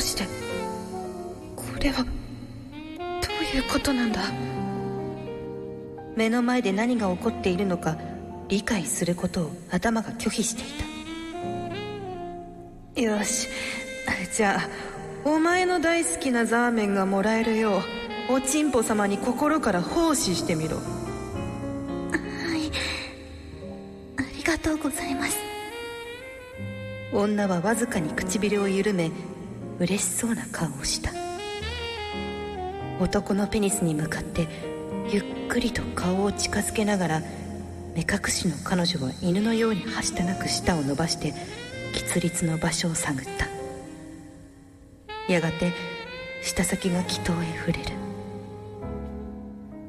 してこれはどういうことなんだ目の前で何が起こっているのか理解することを頭が拒否していたよしじゃあお前の大好きなザーメンがもらえるようおちんぽ様に心から奉仕してみろはいありがとうございます女はわずかに唇を緩め嬉しそうな顔をした男のペニスに向かってゆっくりと顔を近づけながら目隠しの彼女は犬のようにはしたなく舌を伸ばして吉立の場所を探ったやがて舌先が祈祷へ触れる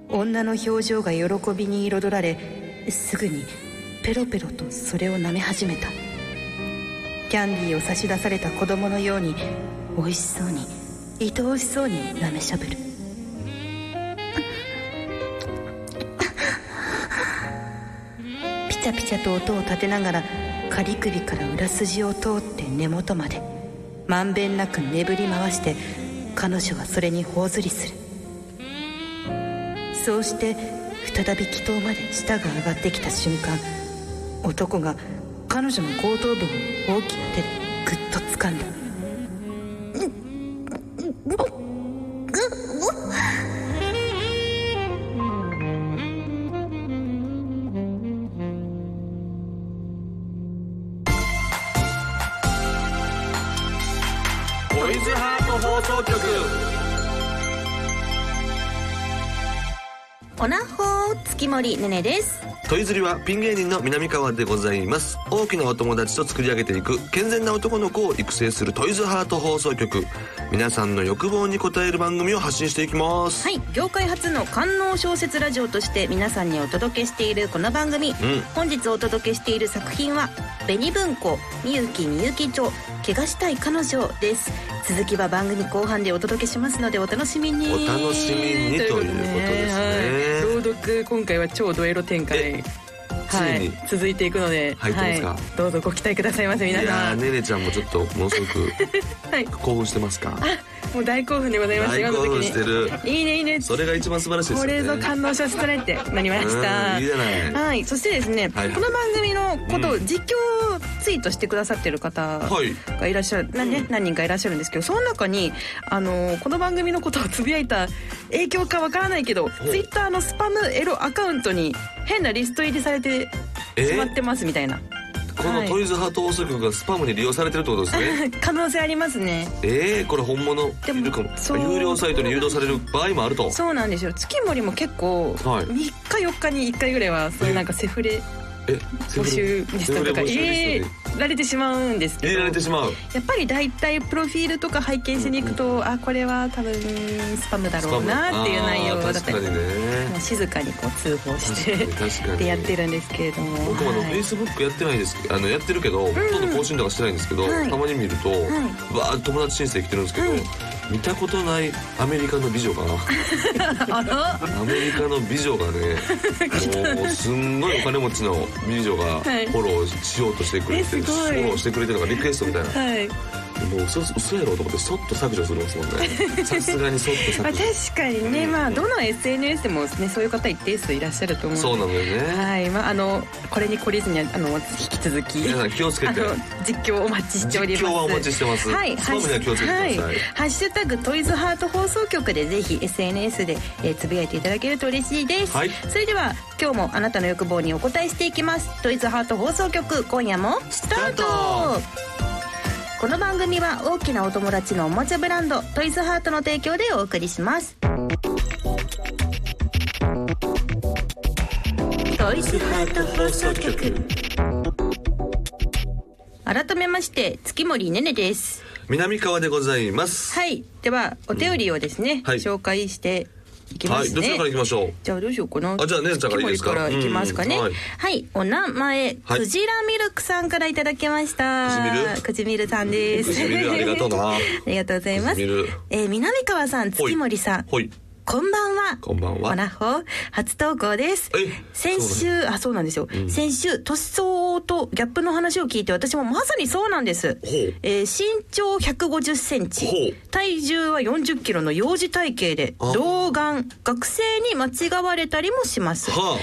女の表情が喜びに彩られすぐにペロペロとそれを舐め始めたキャンディーを差し出された子供のように美味しそうに愛おしそうに舐めしゃぶるピチャピチャと音を立てながら仮首から裏筋を通って根元までまんべんなくねぶり回して彼女はそれに頬ずりするそうして再び祈祷まで舌が上がってきた瞬間男が彼女の後頭部を大きな手でぐっと掴んだトイズハート放送局オナホー月森ねねですトイズリはピン芸人の南川でございます大きなお友達と作り上げていく健全な男の子を育成するトイズハート放送局皆さんの欲望に応える番組を発信していきますはい業界初の官能小説ラジオとして皆さんにお届けしているこの番組、本日お届けしている作品は「紅文庫みゆきみゆき町怪我したい彼女」です続きは番組後半でお届けしますのでお楽しみにお楽しみにということですねはい朗読今回は超ドエロ展開はついいに続いていくので、入ってますかはい、どうぞご期待くださいませい皆やさーん、ねねちゃんもちょっとものすごくはい興奮してますかもう大興奮でございました大今の興時奮にしてるいいねいいねそれが一番素晴らしいですこよねれぞ感動者ストライってなりましたうんいいじゃないはいそしてですね、はいこの番組のことを実況ツイートしてくださってる方はいがいらっしゃる、なね何人かいらっしゃるんですけどその中にあのーこの番組のことをつぶやいた影響かわからないけどツイッターのスパムエロアカウントに変なリスト入りされてえしまってますみたいなこのトイズハート放送局がスパムに利用されてるってことです ね可能性ありますねえー、これ本物でもいるかもそう有料サイトに誘導される場合もあるとそうなんですよ月森も結構はい3日4日に1回ぐらいはそういうなんかセフレえ募集リストとか募集入リれストられてしまうんですけに入どれられてしまうやっぱり大体プロフィールとか拝見しに行くと、あこれは多分スパムだスろパうムなっていう内容だったりあー確かにもねう静かにこう通報 し確かてに確かにでやってるんですけれども僕もあのフはェイいスブックやってないですけどあのやってるけど、ほとんど更新とかしてないんですけど、はいたまに見ると、わーっと友達申請来てるんですけど、うん見たことないアメリカの美 女かなあアメリカの美女がねもうすんごいお金持ちの美女がフはいォローしようとしてくれてる、えすごいフォローしてくれてるのがリクエストみたいなのはい、もう嘘嘘やろうと思ってそっと削除するんですもんねさすがにそっとまあ、削除確かにね、まあ、どの SNS でも、ね、そういう方一定数いらっしゃると思うそうなのよねはいまあ、あのこれに懲りずにあの引き続き皆さん気をつけあての実況お待ちしております実況はお待ちしてますはいスパムには気をつけてくださいはいハッシュタグトイズハート放送局でぜひ SNS で、えーつぶやいていただけると嬉しいです、はいそれでは今日もあなたの欲望にお答えしていきますトイズハート放送局今夜もスタートスターこの番組は大きなお友達のおもちゃブランドトイズハートの提供でお送りしますトイズハート放送局改めまして月森ねねです南川でございますはいではお手りをですね、はい紹介していきはまいすどちらね、から行きましょうじゃあどうしようかなあじゃあねねちゃんからいいですか月森からいきますかね、うんははいい、お名前、はいクジラミルクさんからいただきましたクジミルクジミルさんです クジミルありがとうあなりがとうございますクジミルえー南川さんほい月森さんほいこんばんは。こんばんはオナホ初投稿ですえ。先週、あ、そうなんですよ。ん先週、年相応とギャップの話を聞いて、私もまさにそうなんです。ほうえー身長150センほチう、体重は40キロの幼児体型で、あ童顔、学生に間違われたりもします。は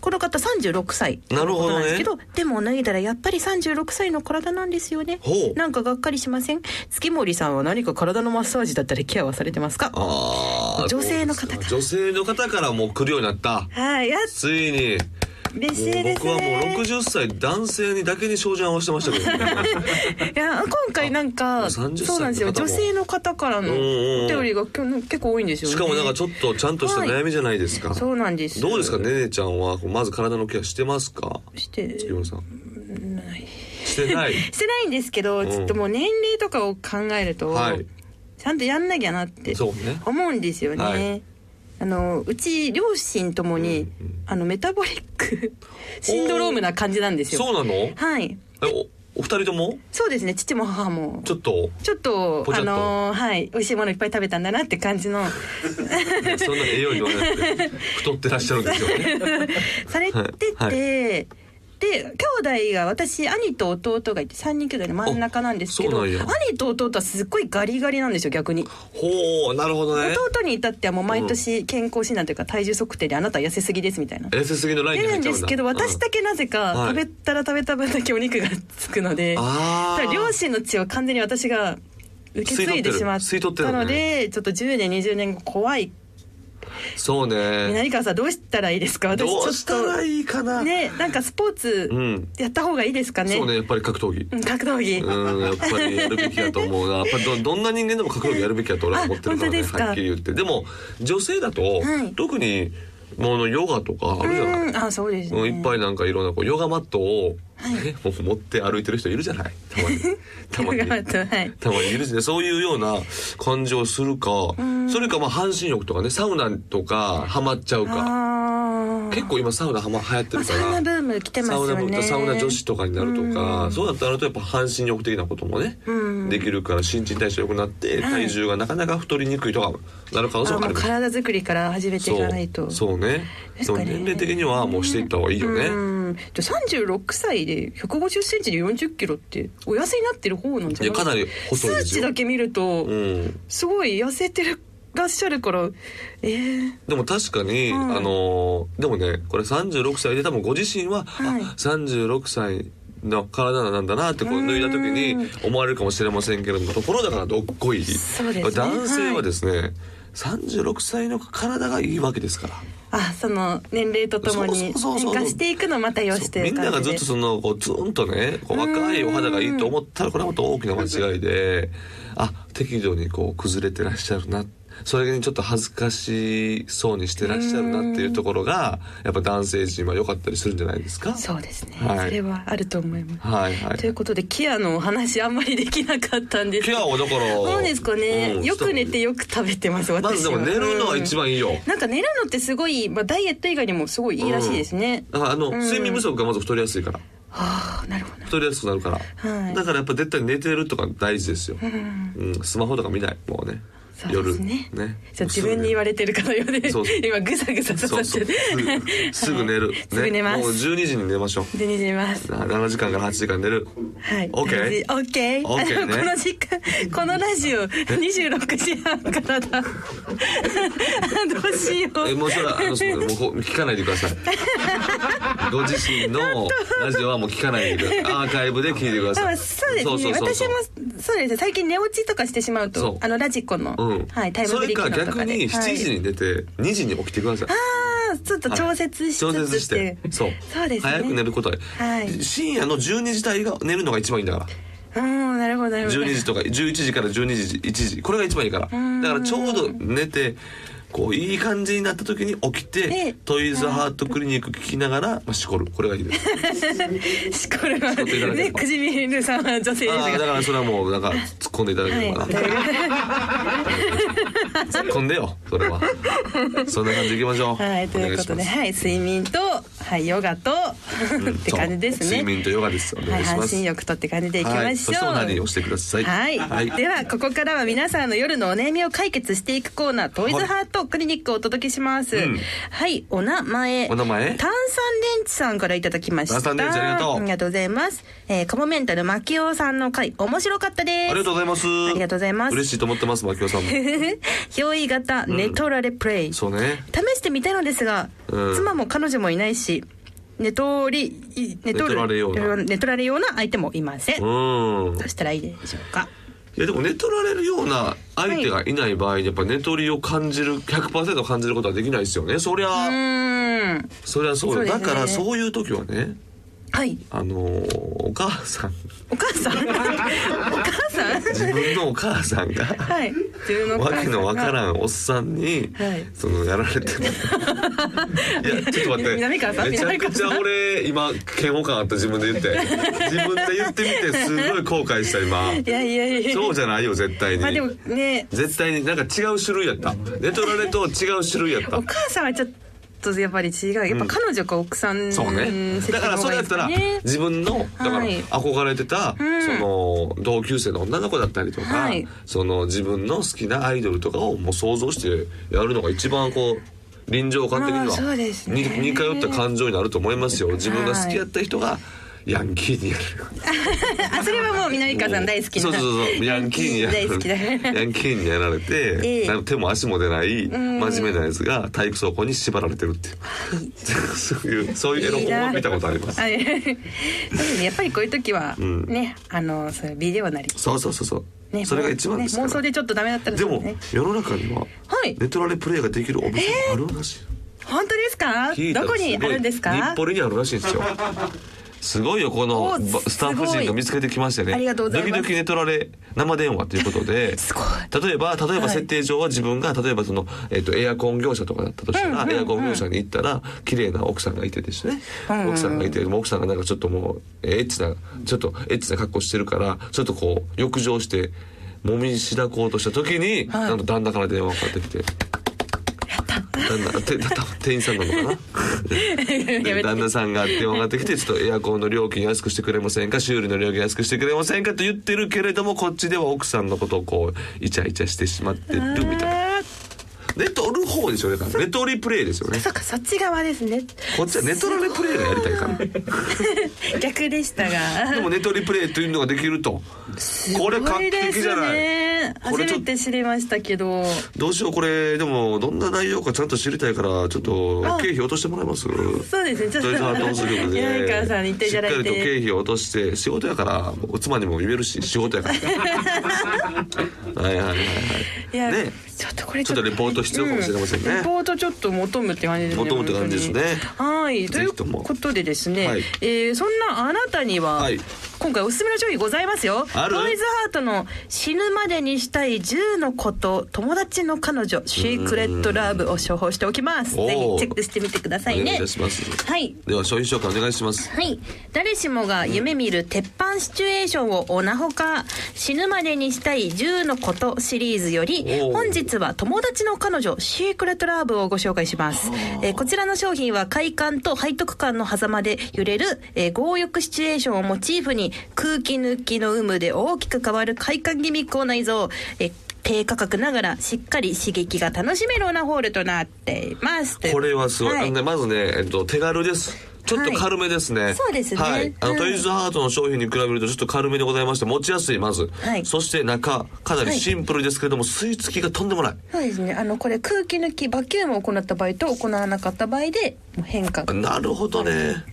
この方36歳なるほどねなんですけどでも脱いだらやっぱり36歳の体なんですよねほうなんかがっかりしません月森さんは何か体のマッサージだったりケアはされてますかああー女性の方から女性の方からもう来るようになったはいやついに嬉しいもうです僕はもうね60歳男性にだけに照準合わせてましたけど ねいや今回なんもうかそうなん30ですよ歳の方も女性の方からのうんうんうんお便りが今日結構多いんですよねしかもなんかちょっとちゃんとした悩みじゃないですか、そうなんですどうですかねねちゃんはまず体のケアしてますかして月森さんし てないしてないんですけうどんちょっともう年齢とかを考えると、はいちゃんとやんなきゃなってそうね思うんですよね。はいあのうち両親ともに、うんうんあのメタボリック シンドロームな感じなんですそよ。うなのえはい、おお二人ともそうですね。父も母もちょっとちょっとぽちゃあっとのーはい美味しいものいっぱい食べたんだなって感じのそんな栄養言わなくて太ってらっしゃるんですよねされてて。はいはいで兄弟が私兄と弟がいて3人兄弟の真ん中なんですけあそどうなん兄やと弟はすっごいガリガリなんですよ逆にほうなるほどね弟に至ってはもう毎年健康診断というか体重測定であなたは痩せすぎですみたいな衛生すぎのラインに出る入っんちゃでうんだすけど私だけなぜかはい食べたら食べた分だけお肉がつくので、うんあだからー両親の血を完全に私が受け継いでしまっ吸い取ってるたので、ちょっと10年20年後怖いそうね南川さんどうしたらいいですか私ちょどっとうしたらいいかな、ねなんかスポーツうんやった方がいいですかね,、そうねやっぱり格闘技ん格闘技、うんやっぱりやるべきだと思うなやっぱりどどんな人間でも格闘技やるべきだと俺は思ってるかあ本らね当ですかはっきり言ってでも女性だと、はい特にもうあのヨガとかあるじゃないうんあそうですね、うんいっぱいなんかいろんなこうヨガマットを、ねもう持って歩いてる人いるじゃないたまにたまに 頑張ってはいたまにいるしねそういうような感じをするかそれかまあ半身浴とかねサウナとかハマっちゃうかあー結構今サウナはま流行ってまあるかサウナらブーム来てますサウナよ部ねサウナ女子とかになるとか、うんそうなったらやっぱ半身浴的なこともね、うんできるから新陳代謝良くなってはい体重がなかなか太りにくいとかなる可能性あもあもうる体作りから始めていかないそとうそうねでですもかね年齢的にはもうしていった方がいいよね、うんじゃあ36歳で150センチで40キロってお痩せになってる方なんじゃないいやかなり細いですよ数値だけ見ると、うんすごい痩せてるらっしゃるからえー、でも確かに、はいあのーでもねこれ36歳で多分ご自身は、はいあ36歳の体なんだなってこううん脱いだ時に思われるかもしれませんけれどもところだからどっこいそうですね男性はですね、36歳の体がいいわけですから。あその年齢とともにそ変うそうそうそう化していくのをまたよしそてうみるんな感がじずっでとそのこうツーンとねこう若いお肌がいいと思ったらこれはもっと大きな間違いであ適度にこう崩れてらっしゃるなそれにちょっと恥ずかしそうにしてらっしゃるなっていうところがやっぱ男性陣は良かったりするんじゃないですかそうですね、はいそれはあると思います、はいはいということでケアのお話あんまりできなかったんですケアはだからそうですかね、うんよく寝てよく食べてます私はまずでも寝るのは一番いいよなんか寝るのってすごい、まあ、ダイエット以外にもすごいいいらしいですね。だからあうのん睡眠不足がまず太りやすいからはあ、なるほど。太りやすくなるからはいだからやっぱ絶対寝てるとか大事ですようん、うんスマホとか見ないもうねそうで夜すね。ねじゃあ自分に言われてるかのようで、そうそう今ぐさぐさ刺さそうっそてうる。すぐすぐ寝る、ね、 すぐ寝ますもう12時に寝ましょうで寝てます。な7時間から8時間寝るはい。 OK オッケー。 OK ねあのこの時間、このラジオ、26時半からだ。 あどうしよえう。もうそれはあのそうもうこう聞かないでく ださいご自身のラジオはもう聞かないでくださいアーカイブで聞いてくださあいそうですね私もそうですね最近寝落ちとかしてしまうそうとあのラジコの、うんはい、タイムそフれリーか機能と逆かでに7時はいに出て2時に起きてください、あーちょっと調節しつつ、調節してそうそうですね早く寝ることは、はい深夜の12時台が寝るのが一番いいんだからうんなるほどなるほど12時とか11時から12時1時これが一番いいからだんからちょうど寝てこういい感じになった時に起きてでトイズハートクリニック聞きながら、まあ、しこるこれがいいです しこれは仕事いただけれねばくじみるさんは女性ですあーだがからそれはもうなんか突っ込んでいただければな、突っ込んでよそれはそんな感じでいきましょうはい、はい、ということで、はい、睡眠と、ははいヨガとうん って感じですそうね睡眠とヨガです。おは願い、いし半ます。身浴とって感じでいきまはい、しそょしてうおなりをしてください。はい、ではここからは皆さんの夜のお悩みを解決していくコーナー「トイズハートクリニック」をお届けします、うんはいお名前お名前炭酸電池さんからいただきました炭酸電池ありがとうありがとうございます、えー、カモメンタルマキオさんの回面白かったですありがとうございます。ありがとうございます嬉しいと思ってます、マキオさんも。 憑依型ネトラレプレイ、試そうね。してみたいのですが、うん妻も彼女もいないしネトリいネネトラレ用なネトラレ用な相手もいません、うどん。うしたらいいでしょうかいやでも寝取られるような相手がいない場合にやっぱ寝取りを感じる100%感じることはできないですよねそりうゃーんそりゃそうそうよですだねからそういう時はねはいあのーお母さんお母 さんお母さん自分のお母 さんがはい自分のお母わさけんがのわからんおっさんに、はいそのや られてるいやちょっと待って南川さんめちゃく南ち川ゃさん俺今嫌悪感あった自分で言って自分で言ってみてすごい後悔した今いやいやいやそうじゃないよ絶対に、まあでもね絶対になんか違う種類やった寝取られと違う種類やったお母さんはちょっとやっぱり違うやっぱ彼女か奥さんそうね。だからそれやったら設定の方がいいですね自分のだからはい憧れてたんその同級生の女の子だったりとかはい、その自分の好きなアイドルとかをもう想像してやるのが一番こう臨場感的にまあそうはですねに似通った感情になると思いますよ。自分が好きやった人がヤンキーにやる。あそれはもうみなみかさん大好きなそうそうそうそうヤンキーにやられ大好きだてヤンキーにやられえてえなんか手も足も出ない真面目なやつが体育倉庫に縛られてるっていう そういうそういう絵の本を見たことあり ますはいそうねやっぱりこういう時はんね、あのそういうビデオなり、そうそうそうそう、ね、それが一番ねですから、妄想でちょっとダメだったらでそうもね世の中にははいネトラレプレイができるお店があるらしいよ、本当ですか聞いたらどこにあごいるんですか日暮里にあるらしいんですよすごいよこおのすごばいスタッフ陣が見つけてきましてねありがとうございますドキドキネトラレ生電話ということですごい例えば例えはばい設定上は自分が例えばその、えっとエアコン業者とかだったとしたら、うんうんうんエアコン業者に行ったら綺麗な奥さんがいてですね、うんうんうん奥さんがいてでも奥さんがなんかちょっともうえーエッチなちょっとエッチな格好してるからちょっとこう浴場してもみしだこうとした時に、はいなんと旦那から電話がかかってきて。旦那てた店員さんな のかなやめでて旦那さんが電話がってきてちょっとエアコンの料金安くしてくれませんか修理の料金安くしてくれませんかと言ってるけれどもこっちでは奥さんのことをこうイチャイチャしてしまってるみたいなあー寝取る方でしょだから寝取りプレイですよねそっかそっち側ですねこっちは寝取られプレイがやりたいから 逆でしたがでも寝取りプレイというのができるとこれ画期的じゃすごなでいすねこれち初ょめて知りましたけどどうしようこれでもどんな内容かちゃんと知りたいからちょっと経費落としてもらえますそうですねちょっとドイツハート放送局 で南川さんに言っていしったかだいりてと経費を落として仕事やからお妻にも言えるし仕 事やからはいはいはいいや、ねちょっとこれちょっとレポート必要かもしれませんねうレポートちょっと求むって感じですね求むって感じですね本当にはいとぜいひともうことでですね、はいえーそんなあなたには、はい今回おすすめの商品ございますよあるトイズハートの死ぬまでにしたい10のこと友達の彼女シークレットラブを処方しておきますおーぜひチェックしてみてくださはいいお願ねいいたしますはいでは商品紹介お願いしますはい、誰しもが夢見る鉄板シチュエーションをおなほか死ぬまでにしたい10のことシリーズよりおー本日は友達の彼女シークレットラブをご紹介します、えーこちらの商品は快感と背徳感の狭間で揺れる、えー強欲シチュエーションをモチーフに空気抜きの有無で大きく変わる快感ギミックを内蔵、えー低価格ながらしっかり刺激が楽しめるオナホールとなっていますこれはすごい、あのねまずね、えっと、手軽ですちょっと軽めですね、いそうですねはいあの、うんトイズハートの商品に比べるとちょっと軽めでございまして持ちやすいまず、はいそして中かなりシンプルですけれども、吸い付きがとんでもないそうですね。あのこれ空気抜きバキュームを行った場合と行わなかった場合で変化。なるほどね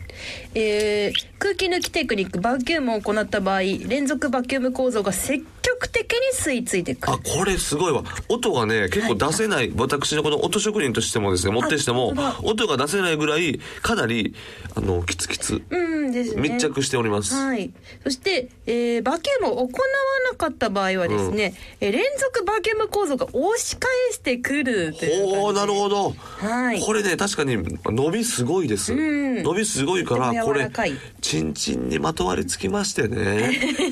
えー、空気抜きテクニックバキュームを行った場合連続バキューム構造が積極的に吸い付いてくるあ。これすごいわ音がね結構出せない、私のこの音職人としてもですね持ってしてもあ本当音が出せないぐらいかなりあのキツキツうんうんですね密着しております。はい、そして、えー、馬券を行わなかった場合はですね、えー連続馬券無構造が押し返してくるというほうなるほど、はいこれね確かに伸びすごいです、ん伸びすごいかとてもらこ柔れらかいチンチンにまとわりつきまし てね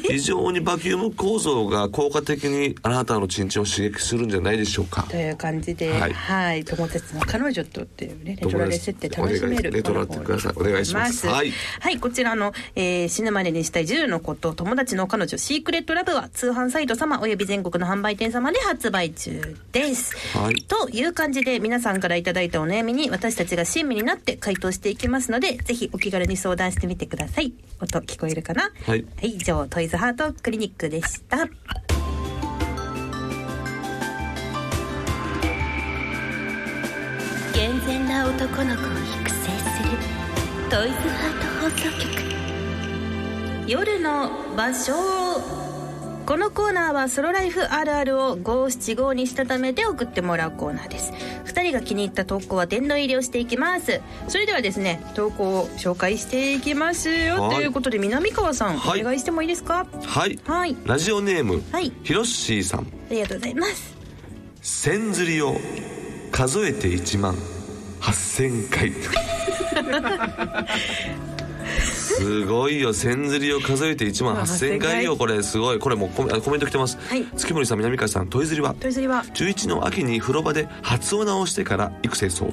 非常にバキューム構造が効果的にあなたのチンチンを刺激するんじゃないでしょうかという感じで、ははいい、友達の彼女とっていうね、レトロレセって楽しめる。レトロレセット楽しめるお願いしますお願いはいしますはい、こちらの、えー死ぬまでにしたい10のこと、友達の彼女、シークレットラブは通販サイト様および全国の販売店様で発売中です。はいという感じで、皆さんからいただいたお悩みに私たちが親身になって回答していきますので、ぜひお気軽に相談してみてください。音聞こえるかなはい以上、トイズハートクリニックでした。健全な男の子を育成するトイズハート放送局夜の場所このコーナーはソロライフあるあるを五七五にしたためて送ってもらうコーナーです2人が気に入った投稿は殿堂入りをしていきますそれではですね投稿を紹介していきますよはいということで南川さん、はいお願いしてもいいですかはいはいラジオネーム、はいひろっしーさんありがとうございます千釣りを数えて1万8000回すごいよ千釣りを数えて1万8000回よこれすごいこれもうコメあコメント来てます、はい月森さん南川さん問い釣りはトイズリは11の秋に風呂場で発音直してから育成層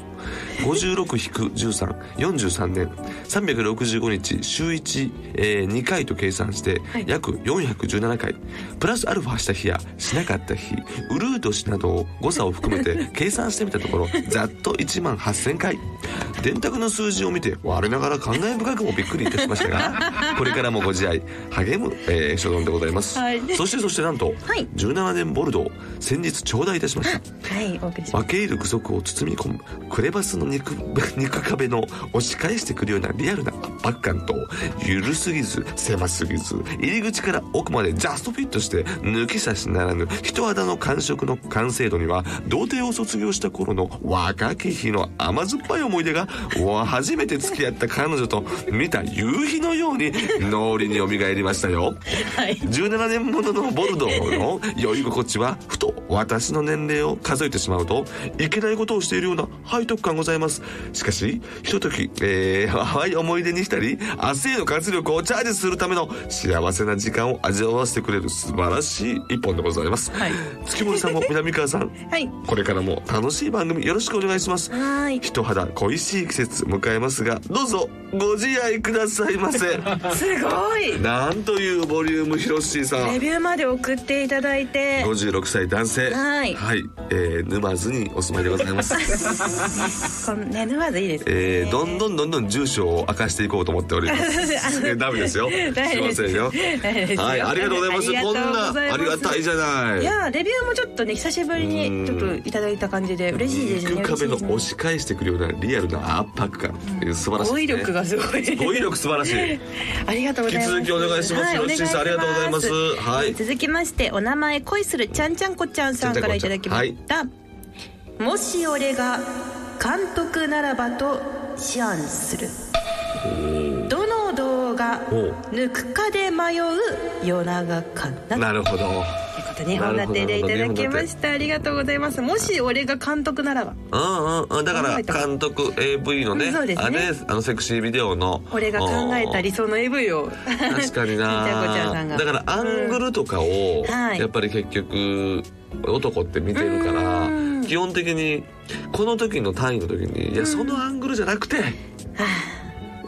56-1343年365日週1、えー2回と計算しいて約417回プラスアルファした日やしなかった日ウルード氏などを誤差を含 めて計算してみたところざっと1万8,000回電卓の数字を見て我ながら感慨深くもびっくりいたしまし たがこれからもご自愛励む、えー所存でございます、はいそしてそしてなんと、はい17年ボルドを先日頂戴いたしましたはいお送りしま分け入る具足を包み込むクレバスの肉 肉壁の押し返してくるようなリアルな圧迫感と緩すぎず狭すぎず入り口から奥までジャストフィットして抜き差しならぬ人肌の感触の完成度には童貞を卒業した頃の若き日の甘酸っぱい思い出がわ初めて付き合った彼女と見た夕日のように脳裏によみがえりましたよ。すはい17年もののボルドーの酔い心地はふと私の年齢を数えてしまうといけないことをしているような背徳感ございますしかしひととき、えー、淡い思い出にしたり明日への活力をチャージするための幸せな時間を味わわせてくれる素晴らしい一本でございます、はい月森さんも南川さんはいこれからも楽しい番組よろしくお願いしますはい人肌恋しい季節迎えますがどうぞご自愛くださいま せすごいなんというボリュームひろっしーさんレビューまで送っていただいて56歳男性はいえー沼津にお住まいでござい ます、このね沼津いいですね、えー、どんどんどんどん住所を明かしていこうと思っております えーダメですよすいダメまですせんよメですよはいありがとうございますありがとこんうございますなありがたいじゃないいやーレビューもちょっとね久しぶりにちょっといただいた感じで嬉しいですね。肉壁嬉しいでの押すねし返してくるようなリアルな圧迫感、えー素晴らしい、語彙力がすごい。語彙力素晴らしいありがとうございます。引き続きお願いしますはい、よおろ願いししいですます。ありがとうございますはい続きましてお名前恋するちゃんちゃんこちゃんさんからいただきました。もし俺が監督ならばと思案する。どの動画お抜くかで迷う夜長かななるほどということで本立てでいただきましたありがとうございますもし俺が監督ならばうんうんうんだから監督 AV のね,、そうですねあれあのセクシービデオの俺が考えた理想の AV を確かに ちゃんこちゃんさんながだからアングルとかをんはいやっぱり結局男って見てるからうん基本的にこの時の単位の時にいやそのアングルじゃなくて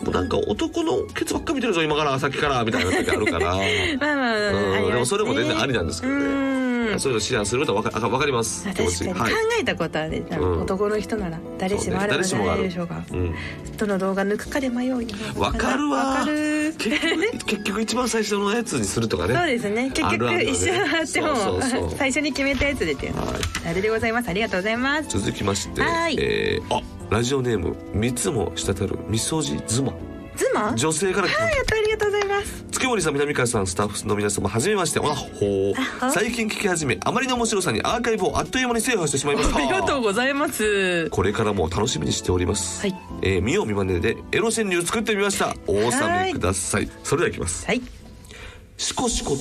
もうなんか男のケツばっか見てるぞ今からさっきからみたいな時あるからまあまあまあありますうんねでもそれも全然ありなんですけどうねんそういうの指南することはわかわかります気持ち確かに考はいえたことはね、多うん分男の人なら誰しもあるのじゃないでしょうかうんどの動画抜くかで迷うよわかるわわかる結局結局一番最初のやつにするとかねそうですね結あ局るあるよね一緒にあってもそうそうそう最初に決めたやつでっていうのはいあれでございますありがとうございます続きまして、はいえーあラジオネーム三つも滴るみそじ妻ズマあ女性からりがとうありがとうございます月清盛さん南川さんスタッフの皆様はじめましておなほあほ最近聞き始めあまりの面白さにアーカイブをあっという間に制覇してしまいましたありがとうございます。これからも楽しみにしております、はいえー見よう見まねでエロ川柳作ってみましたお納めくださいそれではいきますはい。しこしこ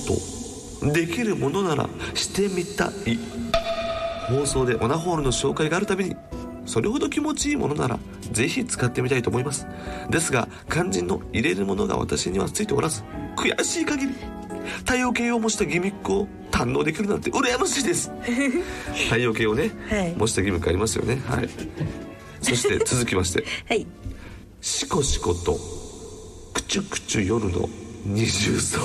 とできるものならしてみたい放送でオナホールの紹介があるたびにそれほど気持ちいいものならぜひ使ってみたいと思いますですが肝心の入れるものが私にはついておらず悔しい限り太陽系を模したギミックを堪能できるなんて羨ましいです 太陽系をね、はい模したギミックありますよねはいそして続きましてはい。しこしことくちゅくちゅ夜の二重奏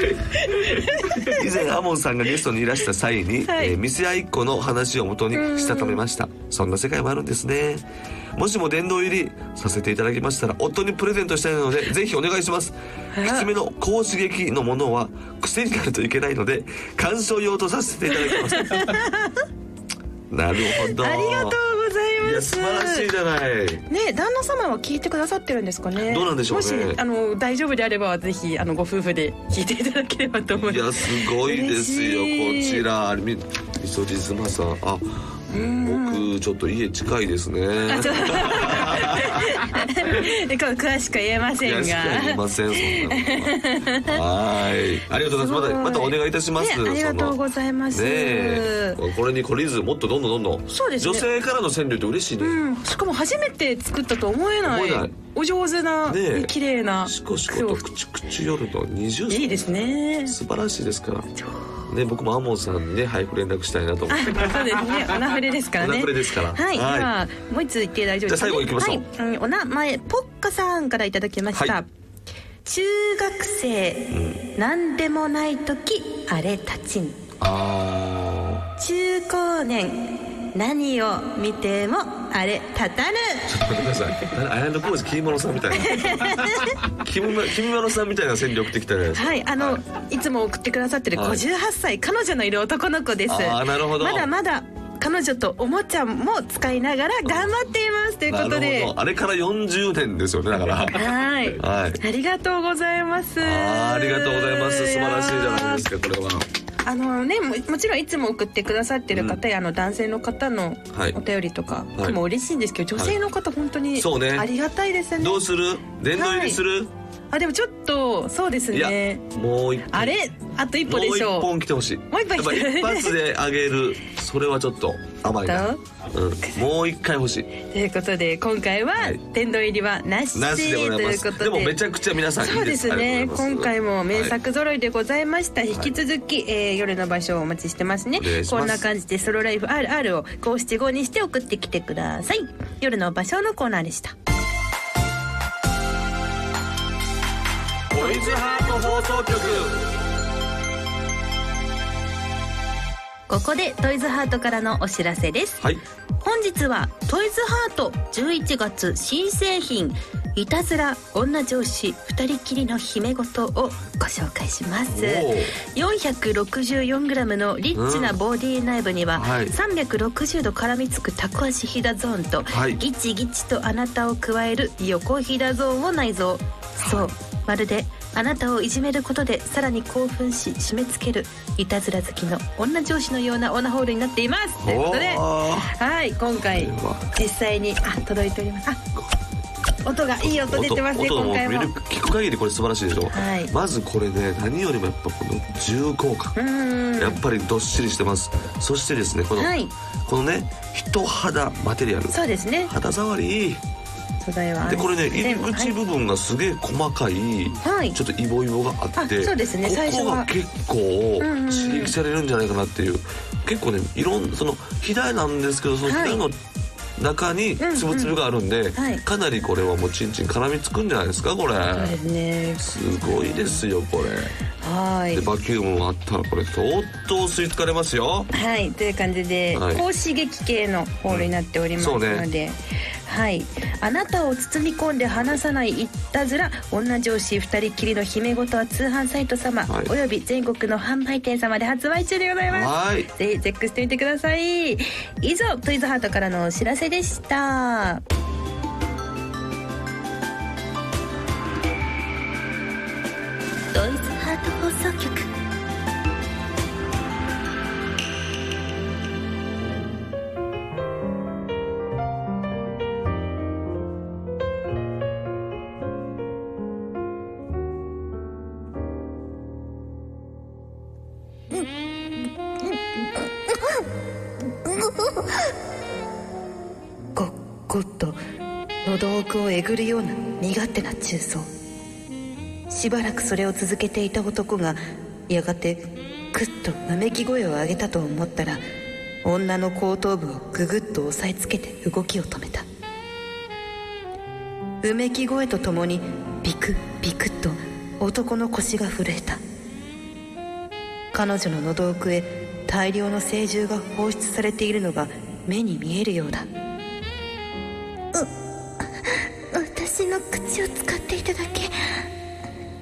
以前アモンさんがゲストにいらした際に、はいえー店合いっ子の話をもとにしたためましたそんな世界もあるんですねもしも殿堂入りさせていただきましたら夫にプレゼントしたいのでぜひお願いしますあらきつめの高刺激のものは癖になるといけないので鑑賞用とさせていただきます なるほどありがとうございいまやす。素晴らしいじゃないね、旦那様は聞いてくださってるんですかね。どうなんでしょうねもし、あの、大丈夫であれば、ぜひ、あの、ご夫婦で聞いていただければと思いいやます。すごいですよこ嬉しいちらみみそじずまさんあ僕ちょっと家近いですねえ こう詳しくは言えまいせやんしか言いが。ませんそんなのははーいありがとうございますすごいまたまたお願いいたします、ねありがとうございますそのねえこれに懲りずもっとどんどんどんどんそうですね女性からの川柳って嬉しいね、うん、しかも初めて作ったと思えない思えないお上手な、ねえね綺麗なしこしことくちくち夜の二重奏いいですね素晴らしいですからね僕もアモンさんにね配布連絡したいなと思あ ってそうですねオナフレですからねオナフレですからはい、はいではもう一つ言って大丈夫ですか、ね、じゃあ最後行きましう、ょはいん、お名前ポッカさんからいただきました、はい中学生、なん、でもない時あれたちんあ中高年何を見てもあれたたるーちょっと待ってくださいあれ綾小路きりまろさんみた いなキムマキムマロさんみたいな戦力的たじゃないですかはいあの、い、つも送ってくださってるはい58歳、彼女のいる男の子ですあーなるほどまだまだ彼女とおもちゃも使いながら頑張っていますというこなとるでほどあれから40年ですよねだからはい、はいありがとうございますあーありがとうございます素晴らしいじゃないですかかこれはあのねももちろんいつも送ってくださってる方や、あの男性の方のはいお便りとか、はいも嬉しいんですけど女性の方本当に、そうねありがたいですねどうする殿堂入りする、あでもちょっとそうですい、やねもう一あれあと一も歩うで一しょう本来てほしいもう一本来てやっぱ一発であげるそれはちょっと甘いな、うんど、もう一回欲しいということで今回ははい殿堂入りはなしなしでございますということででもめちゃくちゃ皆さんいいですそうですありねがとうございます今回も名作揃いでございました、引き続き、えー夜の場所をお待ちしてますねお願いしますこんな感じでソロライフ RR を五七五にして送ってきてください夜の場所のコーナーでしたトイズハート放送局ここでトイズハートからのお知らせですはい本日はトイズハート11月新製品いたずら女上司二人きりの姫事をご紹介しまおすー 464g のリッチなボディ内部には、うんはい360度絡みつくタコ足ひだゾーンと、はいギチギチとあなたを加える横ひだゾーンを内蔵そうまるであなたをいじめることでさらに興奮し締め付けるいたずら好きの女上司のようなオナホールになっていますということでおーはい今回これは実際にあ届いておりますあ音がいい音出てますね音今音も回見るも聞く限りこれ素晴らしいでしょ、はいまずこれね何よりもやっぱこの重厚感うーやんっぱりどっしりしてますそしてですねこの、はいこのね人肌マテリアルそうですね肌触りいい素材は安でこれね心入りはい口部分がすげえ細かい、はいちょっとイボイボがあってあそうですねこ最初こはが結構んうんうん刺激されるんじゃないかなっていう結構ねいろんその肥大なんですけどそのはい肥大の中にんうんつぶつぶがあるんで、はいかなりこれはもうちんちん絡みつくんじゃないですかこれそうですねすごいですよこれはいでバキュームもあったらこれ相当吸い付かれますよはいという感じで、はい高刺激系のホールになっておりますうんそのうで、ねはいあなたを包み込んで離さないいたずら女上司二人きりの姫ごとは通販サイト様、はいおよび全国の販売店様で発売中でございますはいぜひチェックしてみてください以上トイズハートからのお知らせでしたドイツハート放送局ごっごっと喉奥をえぐるような身勝手な中操しばらくそれを続けていた男がやがてクッとうめき声を上げたと思ったら女の後頭部をググッと押さえつけて動きを止めたうめき声とともにビクビクッと男の腰が震えた彼女の喉奥へ大量の精汁が放出されているのが目に見えるようだ私の口を使っていただき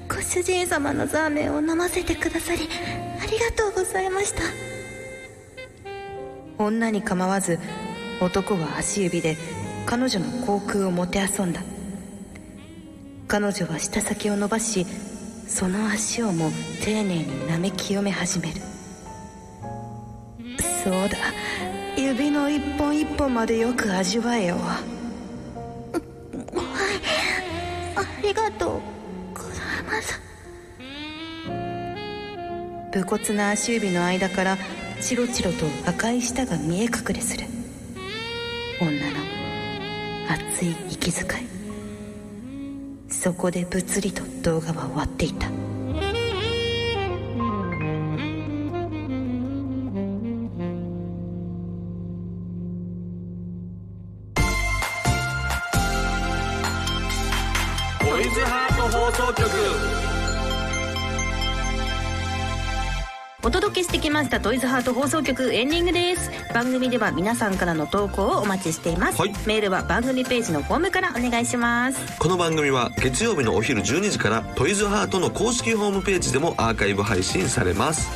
ご主人様のザーメンを飲ませてくださりありがとうございました女に構わず男は足指で彼女の口腔をもてあそんだ彼女は舌先を伸ばしその足をも丁寧に舐め清め始めるそうだ指の一本一本までよく味わえよありがとうございます武骨な足指の間からチロチロと赤い舌が見え隠れする女の熱い息遣いそこでぶつりと動画は終わっていたトイズハート放送局お届けしてきましたトイズハート放送局エンディングです番組では皆さんからの投稿をお待ちしています、はいメールは番組ページのフォームからお願いしますこの番組は月曜日のお昼12時からトイズハートの公式ホームページでもアーカイブ配信されます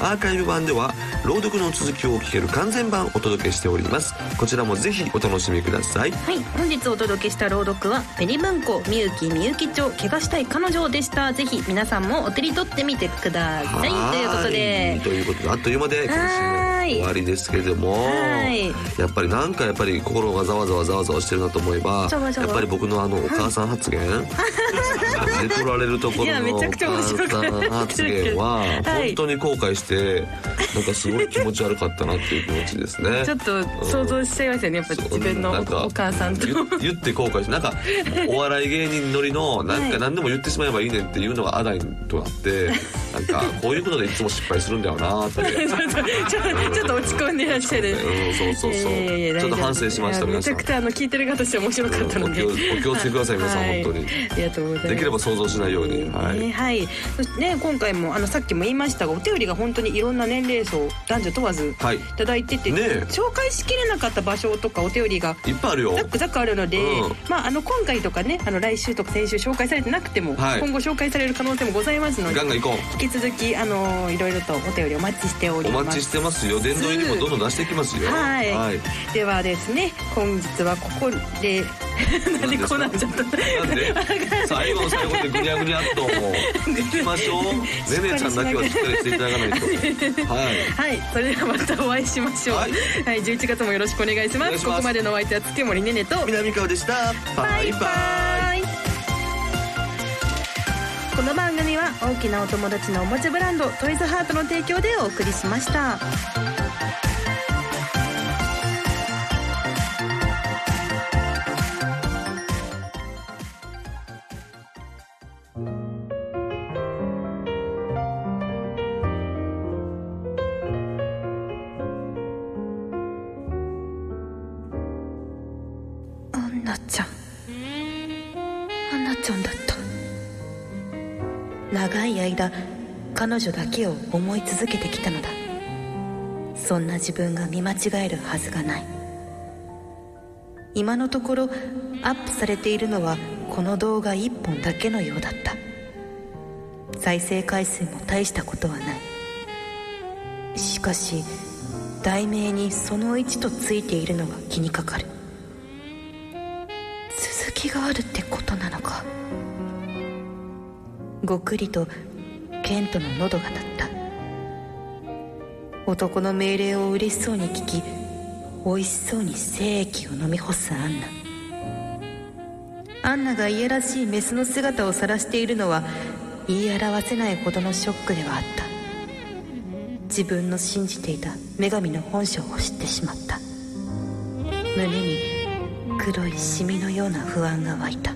アーカイブ版では朗読の続きを聞ける完全版をお届けしておりますこちらもぜひお楽しみくださいはい本日お届けした朗読はペリ文庫みゆきみゆき町怪我したい彼女でしたぜひ皆さんもお手に取ってみてくださいということはいでということであっという間で今は週ーいも終わりですけれどもはいやっぱりなんかやっぱり心がざわざわざわざわしてるなと思えばざわざわやっぱり僕のあのお母さん発 言出取られるとこいろやのめおちゃくちゃ面白母くなってるさん発言ははい。本当に後悔してなんかすごい気持ち悪かったなっていう気持ちですね ちょっと想像しちゃいましたよねやっぱ自分のおなんかお母さんと言言って後悔して なんかお笑い芸人のりのなんはかい何でも言ってしまえばいいねんっていうのがアダインとなってなんかこういうことでいつも失敗するんだよなーって。 ちょ ちょっと落ち込んでいらっしゃる。うん、そうそうそう、いやいやいやちょっと反省しましたいや皆めさちんゃくちゃあの聞いてる方として面白かったので。うんお気をお気をつけください皆さんはい本当にありがとうございます。できれば想像しないように、はねい、はい。そしてね今回もあのさっきも言いましたがお手売りが本当にいろんな年齢層男女問わずはい、いいただいてて、ねえ紹介しきれなかった場所とかお手売りがっぱいあるよザックザックあるので、うんまああの今回とかねあの来週とか先週紹介されてなくても、はい今後紹介される可能性もございますのでガンガン行こ引き続きあのいろいろとお手売りお待ちしておうりおます。待ちしてますよ殿堂入りもどんどん出していきますよはいはい、ではですね本日はここ でなんでこうなっちゃったなんで最後の最後でぐにゃぐにゃっともう行きましょ うねねちゃんだけはしっかりしていただかないとはいはいそれではまたお会いしましょうははいい、 11月もよろしくお願いしまおす願いしますここまでのお相手は月森ねねと南川でしたバイバイイこの番組は大きなお友達のおもちゃブランドトイズハートの提供でお送りしましたアンナちゃんアンナちゃんだった長い間彼女だけを思い続けてきたのだそんな自分が見間違えるはずがない今のところアップされているのはこの動画1本だけのようだった再生回数も大したことはないしかし題名にその1とついているのが気にかかる続きがあるってことなのかごくりとケントの喉が鳴った男の命令を嬉しそうに聞き美味しそうに精液を飲み干すアンナアンナがいやらしいメスの姿を晒しているのは言い表せないほどのショックではあった自分の信じていた女神の本性を知ってしまった胸に黒いシミのような不安が湧いた